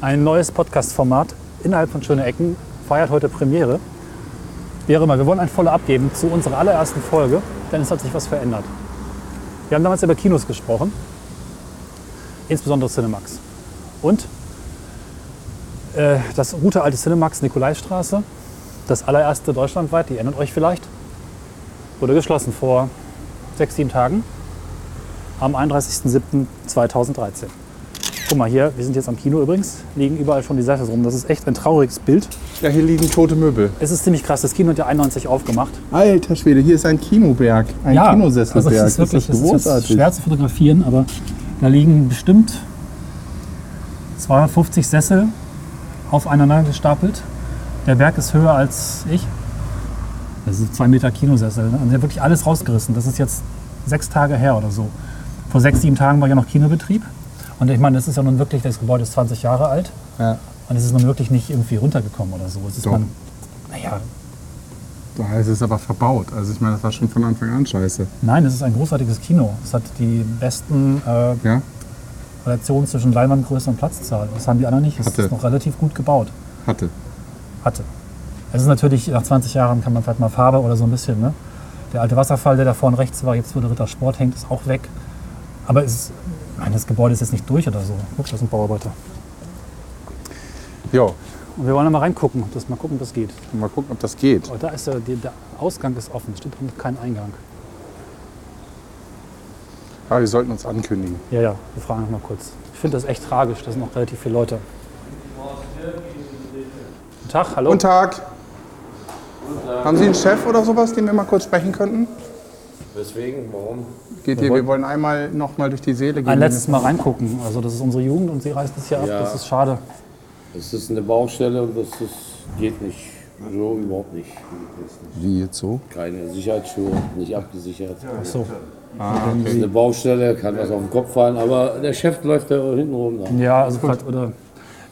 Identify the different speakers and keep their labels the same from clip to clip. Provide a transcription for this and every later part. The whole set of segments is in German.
Speaker 1: Ein neues Podcast-Format innerhalb von Schöne Ecken feiert heute Premiere. Wie auch immer, wir wollen ein Follow abgeben zu unserer allerersten Folge, denn es hat sich was verändert. Wir haben damals über Kinos gesprochen, insbesondere Cinemax. Und äh, das gute alte Cinemax Nikolaistraße, das allererste deutschlandweit, die erinnert euch vielleicht, wurde geschlossen vor sechs, sieben Tagen am 31.07.2013. Guck mal hier, wir sind jetzt am Kino übrigens, liegen überall schon die Seife rum. Das ist echt ein trauriges Bild.
Speaker 2: Ja, hier liegen tote Möbel.
Speaker 1: Es ist ziemlich krass, das Kino hat ja 91 aufgemacht.
Speaker 2: Alter Schwede, hier ist ein Kinoberg. Ein Kinosesselberg.
Speaker 1: Also es ist wirklich
Speaker 2: das
Speaker 1: es ist
Speaker 2: großartig.
Speaker 1: jetzt schwer zu fotografieren, aber da liegen bestimmt 250 Sessel aufeinander gestapelt. Der Berg ist höher als ich. Das sind zwei Meter Kinosessel. Ne? Also der hat wirklich alles rausgerissen. Das ist jetzt sechs Tage her oder so. Vor sechs, sieben Tagen war ja noch Kinobetrieb. Und ich meine, das ist ja nun wirklich, das Gebäude ist 20 Jahre alt.
Speaker 2: ja,
Speaker 1: Und es ist nun wirklich nicht irgendwie runtergekommen oder so. Es ist
Speaker 2: Doch.
Speaker 1: man, naja,
Speaker 2: da ist es aber verbaut. Also ich meine, das war schon von Anfang an scheiße.
Speaker 1: nein, es ist ein großartiges Kino. Es hat die besten äh,
Speaker 2: Ja?
Speaker 1: Relation zwischen Leinwandgröße und Platzzahl. Das haben die anderen nicht. Das
Speaker 2: Hatte.
Speaker 1: ist noch relativ gut gebaut.
Speaker 2: Hatte.
Speaker 1: Hatte. Es ist natürlich, nach 20 Jahren kann man vielleicht mal Farbe oder so ein bisschen. Ne? Der alte Wasserfall, der da vorne rechts war, jetzt wo der Ritter Sport hängt, ist auch weg. Aber es ist, nein, das Gebäude ist jetzt nicht durch oder so. Guck, das sind Bauarbeiter.
Speaker 2: Jo,
Speaker 1: Und wir wollen da mal reingucken, das mal gucken, ob das geht.
Speaker 2: mal gucken, ob das geht.
Speaker 1: Oh, da ist der, der- der Ausgang ist offen, steht auch noch kein Eingang.
Speaker 2: Aber Ah, wir sollten uns ankündigen.
Speaker 1: Ja, ja, wir fragen noch mal kurz. Ich finde das echt tragisch, da sind noch relativ viele Leute. Guten Tag, hallo.
Speaker 2: Guten Tag. Haben Sie einen Chef oder sowas, den wir mal kurz sprechen könnten?
Speaker 3: Weswegen? Warum?
Speaker 2: Geht hier, wir wollen einmal noch mal durch die Seele gehen.
Speaker 1: ein letztes Mal reingucken. Also das ist unsere Jugend und sie reißt es hier ab.
Speaker 3: Ja.
Speaker 1: Das ist schade.
Speaker 3: Es ist eine Baustelle und das ist, geht nicht. So überhaupt nicht.
Speaker 2: Wie jetzt so?
Speaker 3: Keine Sicherheitsschuhe, nicht abgesichert.
Speaker 1: Ach so.
Speaker 3: Das ist eine Baustelle, kann was auf den Kopf fallen, aber der Chef läuft da hinten rum. nach.
Speaker 1: Ja, also vielleicht, oder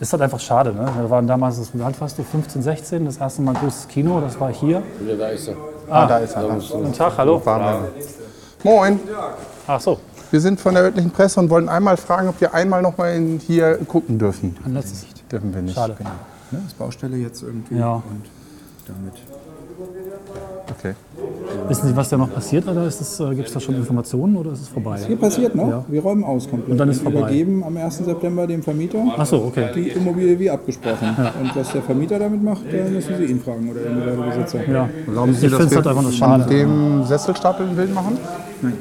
Speaker 1: ist halt einfach schade. Ne? Wir waren damals, das wie alt warst du? 15, 16, das erste Mal großes Kino. Das war hier.
Speaker 3: Wieder da ist er.
Speaker 2: Ah, da ist er.
Speaker 1: Guten Tag, hallo.
Speaker 2: Warm. Moin,
Speaker 1: Ach so.
Speaker 2: wir sind von der örtlichen Presse und wollen einmal fragen, ob wir einmal noch mal in- hier gucken dürfen.
Speaker 1: Ein letztes.
Speaker 2: Dürfen wir nicht. genau.
Speaker 1: Schade.
Speaker 4: Ne, ist Baustelle jetzt irgendwie
Speaker 1: Ja.
Speaker 4: und damit.
Speaker 2: Okay.
Speaker 1: Wissen Sie, was da noch passiert? Oder ist es, äh, gibt es da schon Informationen oder ist es
Speaker 4: Hier
Speaker 1: vorbei?
Speaker 4: passiert noch, wir räumen aus komplett.
Speaker 1: Und dann ist
Speaker 4: wir
Speaker 1: vorbei.
Speaker 4: übergeben am 1. September dem Vermieter
Speaker 1: Ach so, okay.
Speaker 4: die Immobilie wie abgesprochen. Und was der Vermieter damit macht, äh, müssen Sie ihn fragen oder irgendwie der Besitzer.
Speaker 1: Ja.
Speaker 2: Glauben Sie,
Speaker 1: Ich
Speaker 2: dass
Speaker 1: find's
Speaker 2: wir
Speaker 1: halt einfach nur
Speaker 2: von
Speaker 1: schade.
Speaker 2: dem Sesselstapel ein Bild machen? Nein.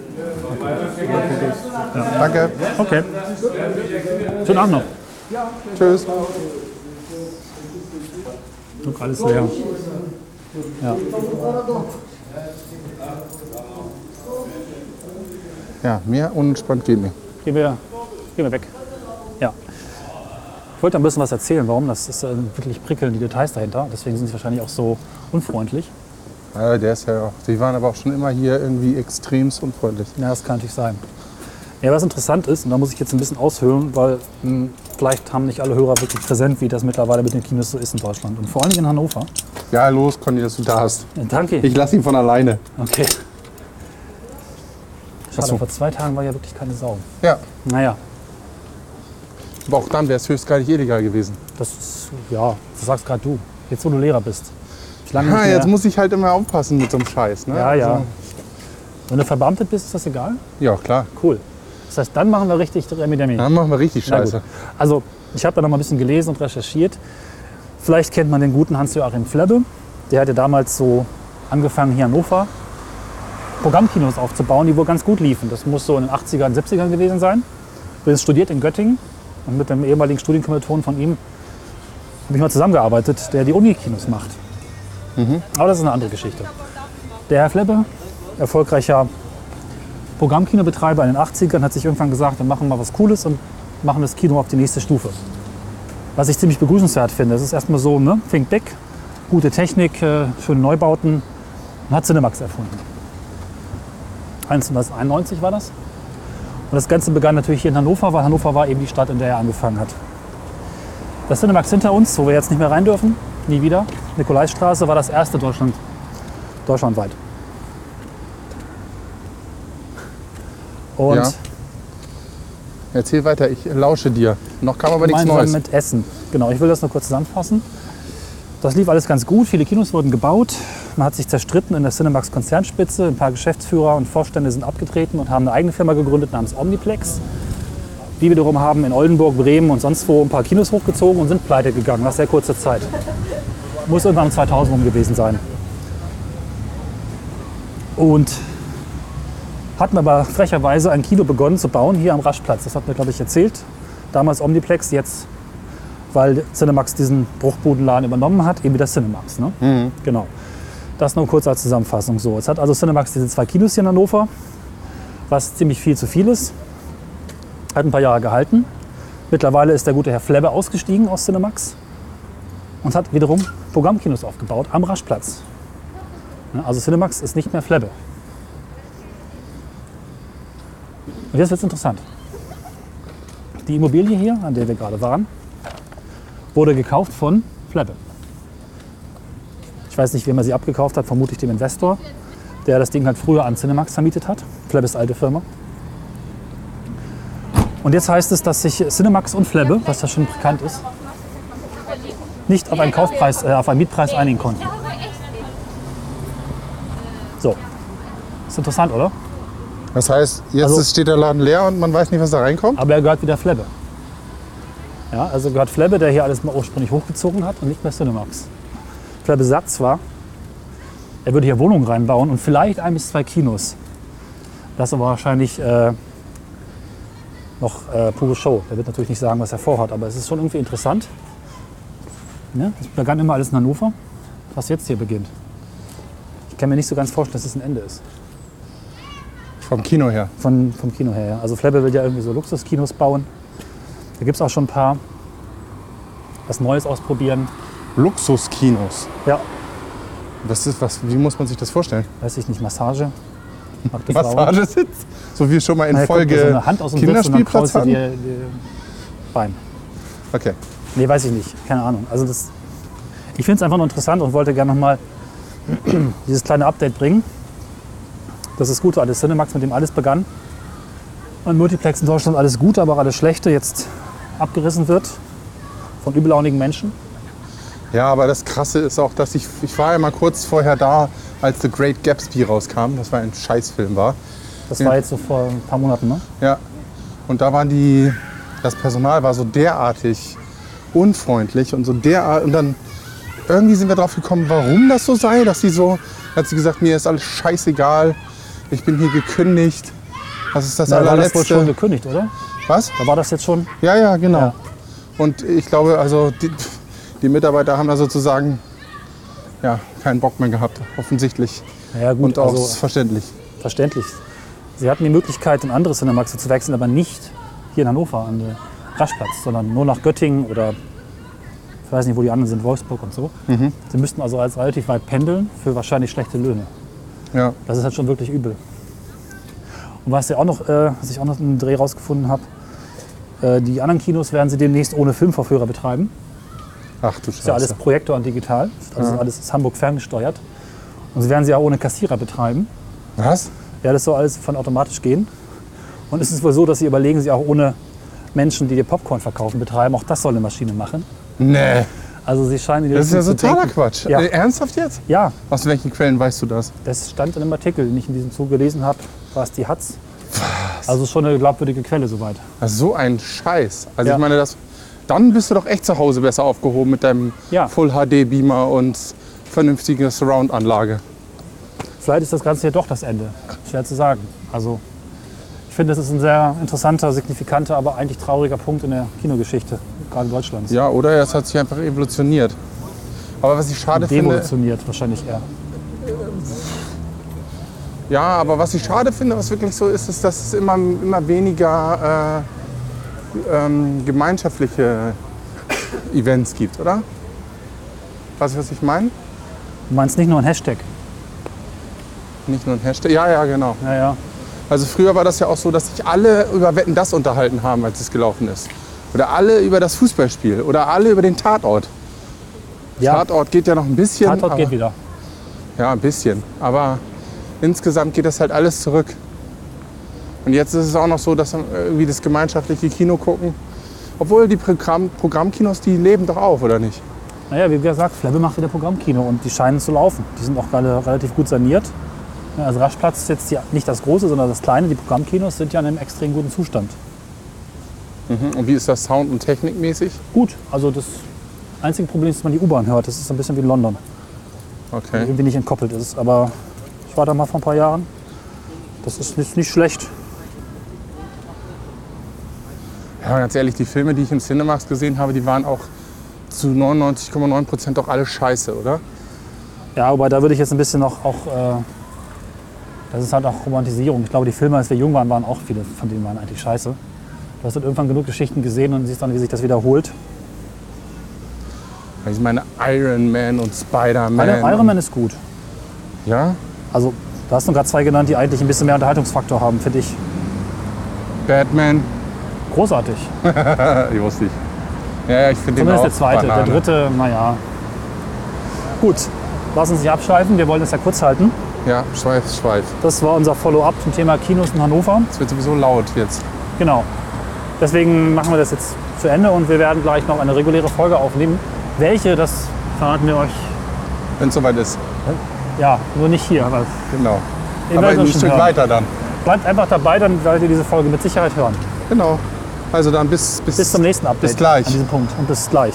Speaker 2: Danke.
Speaker 1: Okay. Schönen Abend noch.
Speaker 2: Tschüss.
Speaker 1: Guck, alles leer.
Speaker 2: Ja, mehr unentspannt geht mir.
Speaker 1: Gehen wir, gehen wir weg. Ja. Ich wollte ein bisschen was erzählen, warum. Das ist äh, wirklich prickeln, die Details dahinter. Deswegen sind sie wahrscheinlich auch so unfreundlich.
Speaker 2: Ja, der ist ja auch, die waren aber auch schon immer hier irgendwie extremst unfreundlich.
Speaker 1: Ja, das kann natürlich sein. Ja, was interessant ist, und da muss ich jetzt ein bisschen aushöhlen, weil mh, vielleicht haben nicht alle Hörer wirklich präsent, wie das mittlerweile mit den Kinos so ist in Deutschland. Und vor allem in Hannover.
Speaker 2: Ja, los, Conny, dass du da bist.
Speaker 1: Ja, danke.
Speaker 2: Ich lasse ihn von alleine.
Speaker 1: Okay. Schade,
Speaker 2: so.
Speaker 1: vor zwei Tagen war ja wirklich keine Sau.
Speaker 2: Ja,
Speaker 1: Naja,
Speaker 2: aber auch dann wäre es höchst gar nicht illegal gewesen.
Speaker 1: das ist, ja, das sagst gerade du. Jetzt, wo du Lehrer bist. Ich lange nicht
Speaker 2: Ha,
Speaker 1: mehr-
Speaker 2: jetzt muss ich halt immer aufpassen mit so einem Scheiß, ne?
Speaker 1: Ja, ja. Also, Wenn du verbeamtet bist, ist das egal?
Speaker 2: Ja, klar.
Speaker 1: Cool. Das heißt, dann machen wir richtig Remi-Demi.
Speaker 2: Dann machen wir richtig
Speaker 1: Na gut.
Speaker 2: Scheiße.
Speaker 1: Also, ich habe da noch mal ein bisschen gelesen und recherchiert. Vielleicht kennt man den guten Hans-Joachim Flebbe. Der hat ja damals so angefangen, hier in Hannover Programmkinos aufzubauen, die wohl ganz gut liefen. Das muss so in den 80ern, 70ern gewesen sein. Übrigens studiert in Göttingen und mit dem ehemaligen Studienkommilitonen von ihm habe ich mal zusammengearbeitet, der die Uni-Kinos macht. Aber das ist eine andere Geschichte. Der Herr Flebbe, erfolgreicher Programmkinobetreiber in den 80ern, hat sich irgendwann gesagt, wir machen mal was Cooles und machen das Kino auf die nächste Stufe. Was ich ziemlich begrüßenswert finde. Es ist erstmal so, ne? Think big, gute Technik, äh, schöne Neubauten und hat Cinemax erfunden. 1991 war das. Und das Ganze begann natürlich hier in Hannover, weil Hannover war eben die Stadt, in der er angefangen hat. Das Cinemax hinter uns, wo wir jetzt nicht mehr rein dürfen, nie wieder. Nikolaistraße war das erste Deutschland, deutschlandweit. Und
Speaker 2: Ja. Erzähl weiter, ich lausche dir. Noch kam aber nichts
Speaker 1: gemeinsam
Speaker 2: Neues.
Speaker 1: mit Essen. Genau, ich will das nur kurz zusammenfassen. Das lief alles ganz gut, viele Kinos wurden gebaut, man hat sich zerstritten in der Cinemax Konzernspitze, ein paar Geschäftsführer und Vorstände sind abgetreten und haben eine eigene Firma gegründet namens Omniplex. Die wiederum haben in Oldenburg, Bremen und sonst wo ein paar Kinos hochgezogen und sind pleite gegangen nach sehr kurzer Zeit. Muss irgendwann um 2000 rum gewesen sein. Und hatten aber frecherweise ein Kino begonnen zu bauen hier am Raschplatz. Das hat mir, glaube ich, erzählt. Damals Omniplex, jetzt, weil Cinemax diesen Bruchbudenladen übernommen hat, eben wieder Cinemax. Ne? Genau. Das nur kurz als Zusammenfassung. So, jetzt hat also Cinemax diese zwei Kinos hier in Hannover, was ziemlich viel zu viel ist. Hat ein paar Jahre gehalten. Mittlerweile ist der gute Herr Flebbe ausgestiegen aus Cinemax und hat wiederum Programmkinos aufgebaut am Raschplatz. Ne, Also Cinemax ist nicht mehr Flebbe. Und jetzt wird es interessant. Die Immobilie hier, an der wir gerade waren, wurde gekauft von Flebbe. Ich weiß nicht, wem er sie abgekauft hat, vermutlich dem Investor, der das Ding halt früher an Cinemax vermietet hat. Flebbes alte Firma. Und jetzt heißt es, dass sich Cinemax und Flebbe, was ja schon bekannt ist, nicht auf einen Kaufpreis, äh, auf einen Mietpreis einigen konnten. So. Ist interessant, oder?
Speaker 2: Das heißt, jetzt
Speaker 1: Also-
Speaker 2: ist, steht der Laden leer und man weiß nicht, was da reinkommt.
Speaker 1: Aber er gehört wieder Flebbe. Ja, also gehört Flebbe, der hier alles mal ursprünglich hochgezogen hat und nicht mehr Cinemax. Flebbe sagt zwar, er würde hier Wohnungen reinbauen und vielleicht ein bis zwei Kinos. Das aber wahrscheinlich äh, noch äh, pure Show. Er wird natürlich nicht sagen, was er vorhat, aber es ist schon irgendwie interessant. Ne? Es begann immer alles in Hannover, was jetzt hier beginnt. Ich kann mir nicht so ganz vorstellen, dass es ein Ende ist.
Speaker 2: Vom Kino her.
Speaker 1: Von, vom Kino her, ja. Also Flabbe will ja irgendwie so Luxuskinos bauen. Da gibt es auch schon ein paar. Was Neues ausprobieren.
Speaker 2: Luxuskinos.
Speaker 1: Ja,
Speaker 2: Das ist was, wie muss man sich das vorstellen?
Speaker 1: weiß ich nicht, Massage. Mag das auch.
Speaker 2: Massagesitz? So wie schon mal in
Speaker 1: Naja, guck,
Speaker 2: Folge
Speaker 1: so eine Hand aus dem Sitz und dann
Speaker 2: Kinderspielplatz
Speaker 1: kreuzt du
Speaker 2: hatten.
Speaker 1: dir dir Bein.
Speaker 2: Okay.
Speaker 1: Nee, weiß ich nicht. Keine Ahnung. Also das, ich finde es einfach nur interessant und wollte gerne nochmal dieses kleine Update bringen. Das ist gut, alles Cinemax, mit dem alles begann. Und Multiplex in Deutschland alles Gute, aber auch alles Schlechte jetzt abgerissen wird von übellaunigen Menschen.
Speaker 2: Ja, aber das Krasse ist auch, dass ich, ich war ja mal kurz vorher da, als The Great Gatsby rauskam. Das war ein Scheißfilm, war.
Speaker 1: Das
Speaker 2: Ja.
Speaker 1: war jetzt so vor ein paar Monaten, ne?
Speaker 2: Ja. Und da waren die, das Personal war so derartig unfreundlich und so derart. Und dann irgendwie sind wir drauf gekommen, warum das so sei, dass sie so, hat sie gesagt, mir ist alles scheißegal, ich bin hier gekündigt. Das ist das
Speaker 1: Da war das wohl schon
Speaker 2: allerletzte.
Speaker 1: gekündigt, oder?
Speaker 2: Was?
Speaker 1: Da war das jetzt schon.
Speaker 2: Ja, ja, genau.
Speaker 1: Ja.
Speaker 2: Und ich glaube, also die, pf, die Mitarbeiter haben da sozusagen ja, keinen Bock mehr gehabt, offensichtlich.
Speaker 1: Ja, gut,
Speaker 2: Und auch
Speaker 1: also-
Speaker 2: verständlich.
Speaker 1: Verständlich. Sie hatten die Möglichkeit, in andere Cinemaxe zu wechseln, aber nicht hier in Hannover an den Raschplatz, sondern nur nach Göttingen oder ich weiß nicht, wo die anderen sind, Wolfsburg und so. Sie müssten also als relativ weit pendeln für wahrscheinlich schlechte Löhne.
Speaker 2: Ja.
Speaker 1: Das ist halt schon wirklich übel. Und was, ja auch noch, äh, was ich auch noch im Dreh rausgefunden habe, äh, die anderen Kinos werden sie demnächst ohne Filmverführer betreiben.
Speaker 2: Ach du Scheiße.
Speaker 1: ist ja alles Projektor und digital. Also alles ist Hamburg ferngesteuert. Und sie werden sie ja ohne Kassierer betreiben.
Speaker 2: Was?
Speaker 1: Ja, das soll alles von automatisch gehen. Und es ist wohl so, dass sie überlegen, sie auch ohne Menschen, die dir Popcorn verkaufen, betreiben. Auch das soll eine Maschine machen.
Speaker 2: Nee.
Speaker 1: Also sie scheinen in die
Speaker 2: Das ist ja
Speaker 1: Richtung zu
Speaker 2: totaler
Speaker 1: denken.
Speaker 2: Quatsch.
Speaker 1: Ja.
Speaker 2: Äh, ernsthaft jetzt?
Speaker 1: Ja,
Speaker 2: Aus welchen Quellen weißt du das?
Speaker 1: das stand in einem Artikel, den ich in diesem Zug gelesen habe, war es die Hatz. Also schon eine glaubwürdige Quelle soweit.
Speaker 2: Das ist so ein Scheiß. Also
Speaker 1: Ja.
Speaker 2: ich meine, das, dann bist du doch echt zu Hause besser aufgehoben mit deinem
Speaker 1: Ja.
Speaker 2: Full-HD-Beamer und vernünftiger Surround-Anlage.
Speaker 1: Vielleicht ist das Ganze ja doch das Ende. Schwer zu sagen. Also ich finde, das ist ein sehr interessanter, signifikanter, aber eigentlich trauriger Punkt in der Kinogeschichte, gerade Deutschlands.
Speaker 2: Ja, oder? Es hat sich einfach evolutioniert. Aber was ich schade finde...
Speaker 1: Devolutioniert wahrscheinlich eher.
Speaker 2: Ja, aber was ich schade finde, was wirklich so ist, ist, dass es immer, immer weniger äh, ähm, gemeinschaftliche Events gibt, oder? Weißt du, was ich meine?
Speaker 1: Du meinst nicht nur ein Hashtag.
Speaker 2: Nicht nur ein Hashtag. Ja, ja, genau.
Speaker 1: Naja,
Speaker 2: Also früher war das ja auch so, dass sich alle über Wetten das unterhalten haben, als es gelaufen ist. Oder alle über das Fußballspiel oder alle über den Tatort.
Speaker 1: ja,
Speaker 2: Tatort geht ja noch ein bisschen.
Speaker 1: Tatort
Speaker 2: aber,
Speaker 1: geht wieder.
Speaker 2: Ja, ein bisschen. Aber insgesamt geht das halt alles zurück. Und jetzt ist es auch noch so, dass dann irgendwie das gemeinschaftliche Kino gucken. Obwohl die Programm Programmkinos, die leben doch auf, oder nicht?
Speaker 1: Naja, wie gesagt, Flebbe macht wieder Programmkino und die scheinen zu laufen. Die sind auch gerade relativ gut saniert. Ja, Also Raschplatz ist jetzt die, nicht das große, sondern das kleine. Die Programmkinos sind ja in einem extrem guten Zustand.
Speaker 2: Mhm. Und wie ist das Sound- und Technikmäßig?
Speaker 1: Gut, also das einzige Problem ist, dass man die U-Bahn hört. Das ist ein bisschen wie in London. die
Speaker 2: Okay.
Speaker 1: Irgendwie nicht entkoppelt ist. Aber ich war da mal vor ein paar Jahren. Das ist nicht, nicht schlecht.
Speaker 2: Ja, aber ganz ehrlich, die Filme, die ich im Cinemax gesehen habe, die waren auch zu 99,9 Prozent doch alle scheiße, oder?
Speaker 1: Ja, aber da würde ich jetzt ein bisschen noch auch. Äh, das ist halt auch Romantisierung. Ich glaube, die Filme, als wir jung waren, waren auch viele von denen waren eigentlich scheiße. Du hast halt irgendwann genug Geschichten gesehen und siehst dann, wie sich das wiederholt.
Speaker 2: Ich meine Iron Man und Spider-Man.
Speaker 1: Iron, Iron Man ist gut.
Speaker 2: Ja?
Speaker 1: Also, da hast du gerade zwei genannt, die eigentlich ein bisschen mehr Unterhaltungsfaktor haben, finde ich.
Speaker 2: Batman.
Speaker 1: Großartig.
Speaker 2: Genau, ich wusste nicht. Ja, ja, ich finde den auch
Speaker 1: Zumindest der zweite.
Speaker 2: Banane.
Speaker 1: Der dritte, naja. Gut, lass uns nicht abschweifen. Wir wollen es ja kurz halten.
Speaker 2: Ja, schweif, schweif.
Speaker 1: Das war unser Follow-up zum Thema Kinos in Hannover.
Speaker 2: Es wird sowieso laut jetzt.
Speaker 1: Genau. Deswegen machen wir das jetzt zu Ende und wir werden gleich noch eine reguläre Folge aufnehmen. Welche, das verraten wir euch.
Speaker 2: Wenn es soweit ist.
Speaker 1: Ja, nur nicht hier. Aber
Speaker 2: Genau.
Speaker 1: ihr
Speaker 2: Aber
Speaker 1: werdet
Speaker 2: ein
Speaker 1: uns schon
Speaker 2: Stück
Speaker 1: hören.
Speaker 2: weiter dann.
Speaker 1: Bleibt einfach dabei, dann werdet ihr diese Folge mit Sicherheit hören.
Speaker 2: Genau. Also dann bis, bis,
Speaker 1: Bis zum nächsten Update.
Speaker 2: Bis gleich.
Speaker 1: An diesem Punkt. Und bis gleich.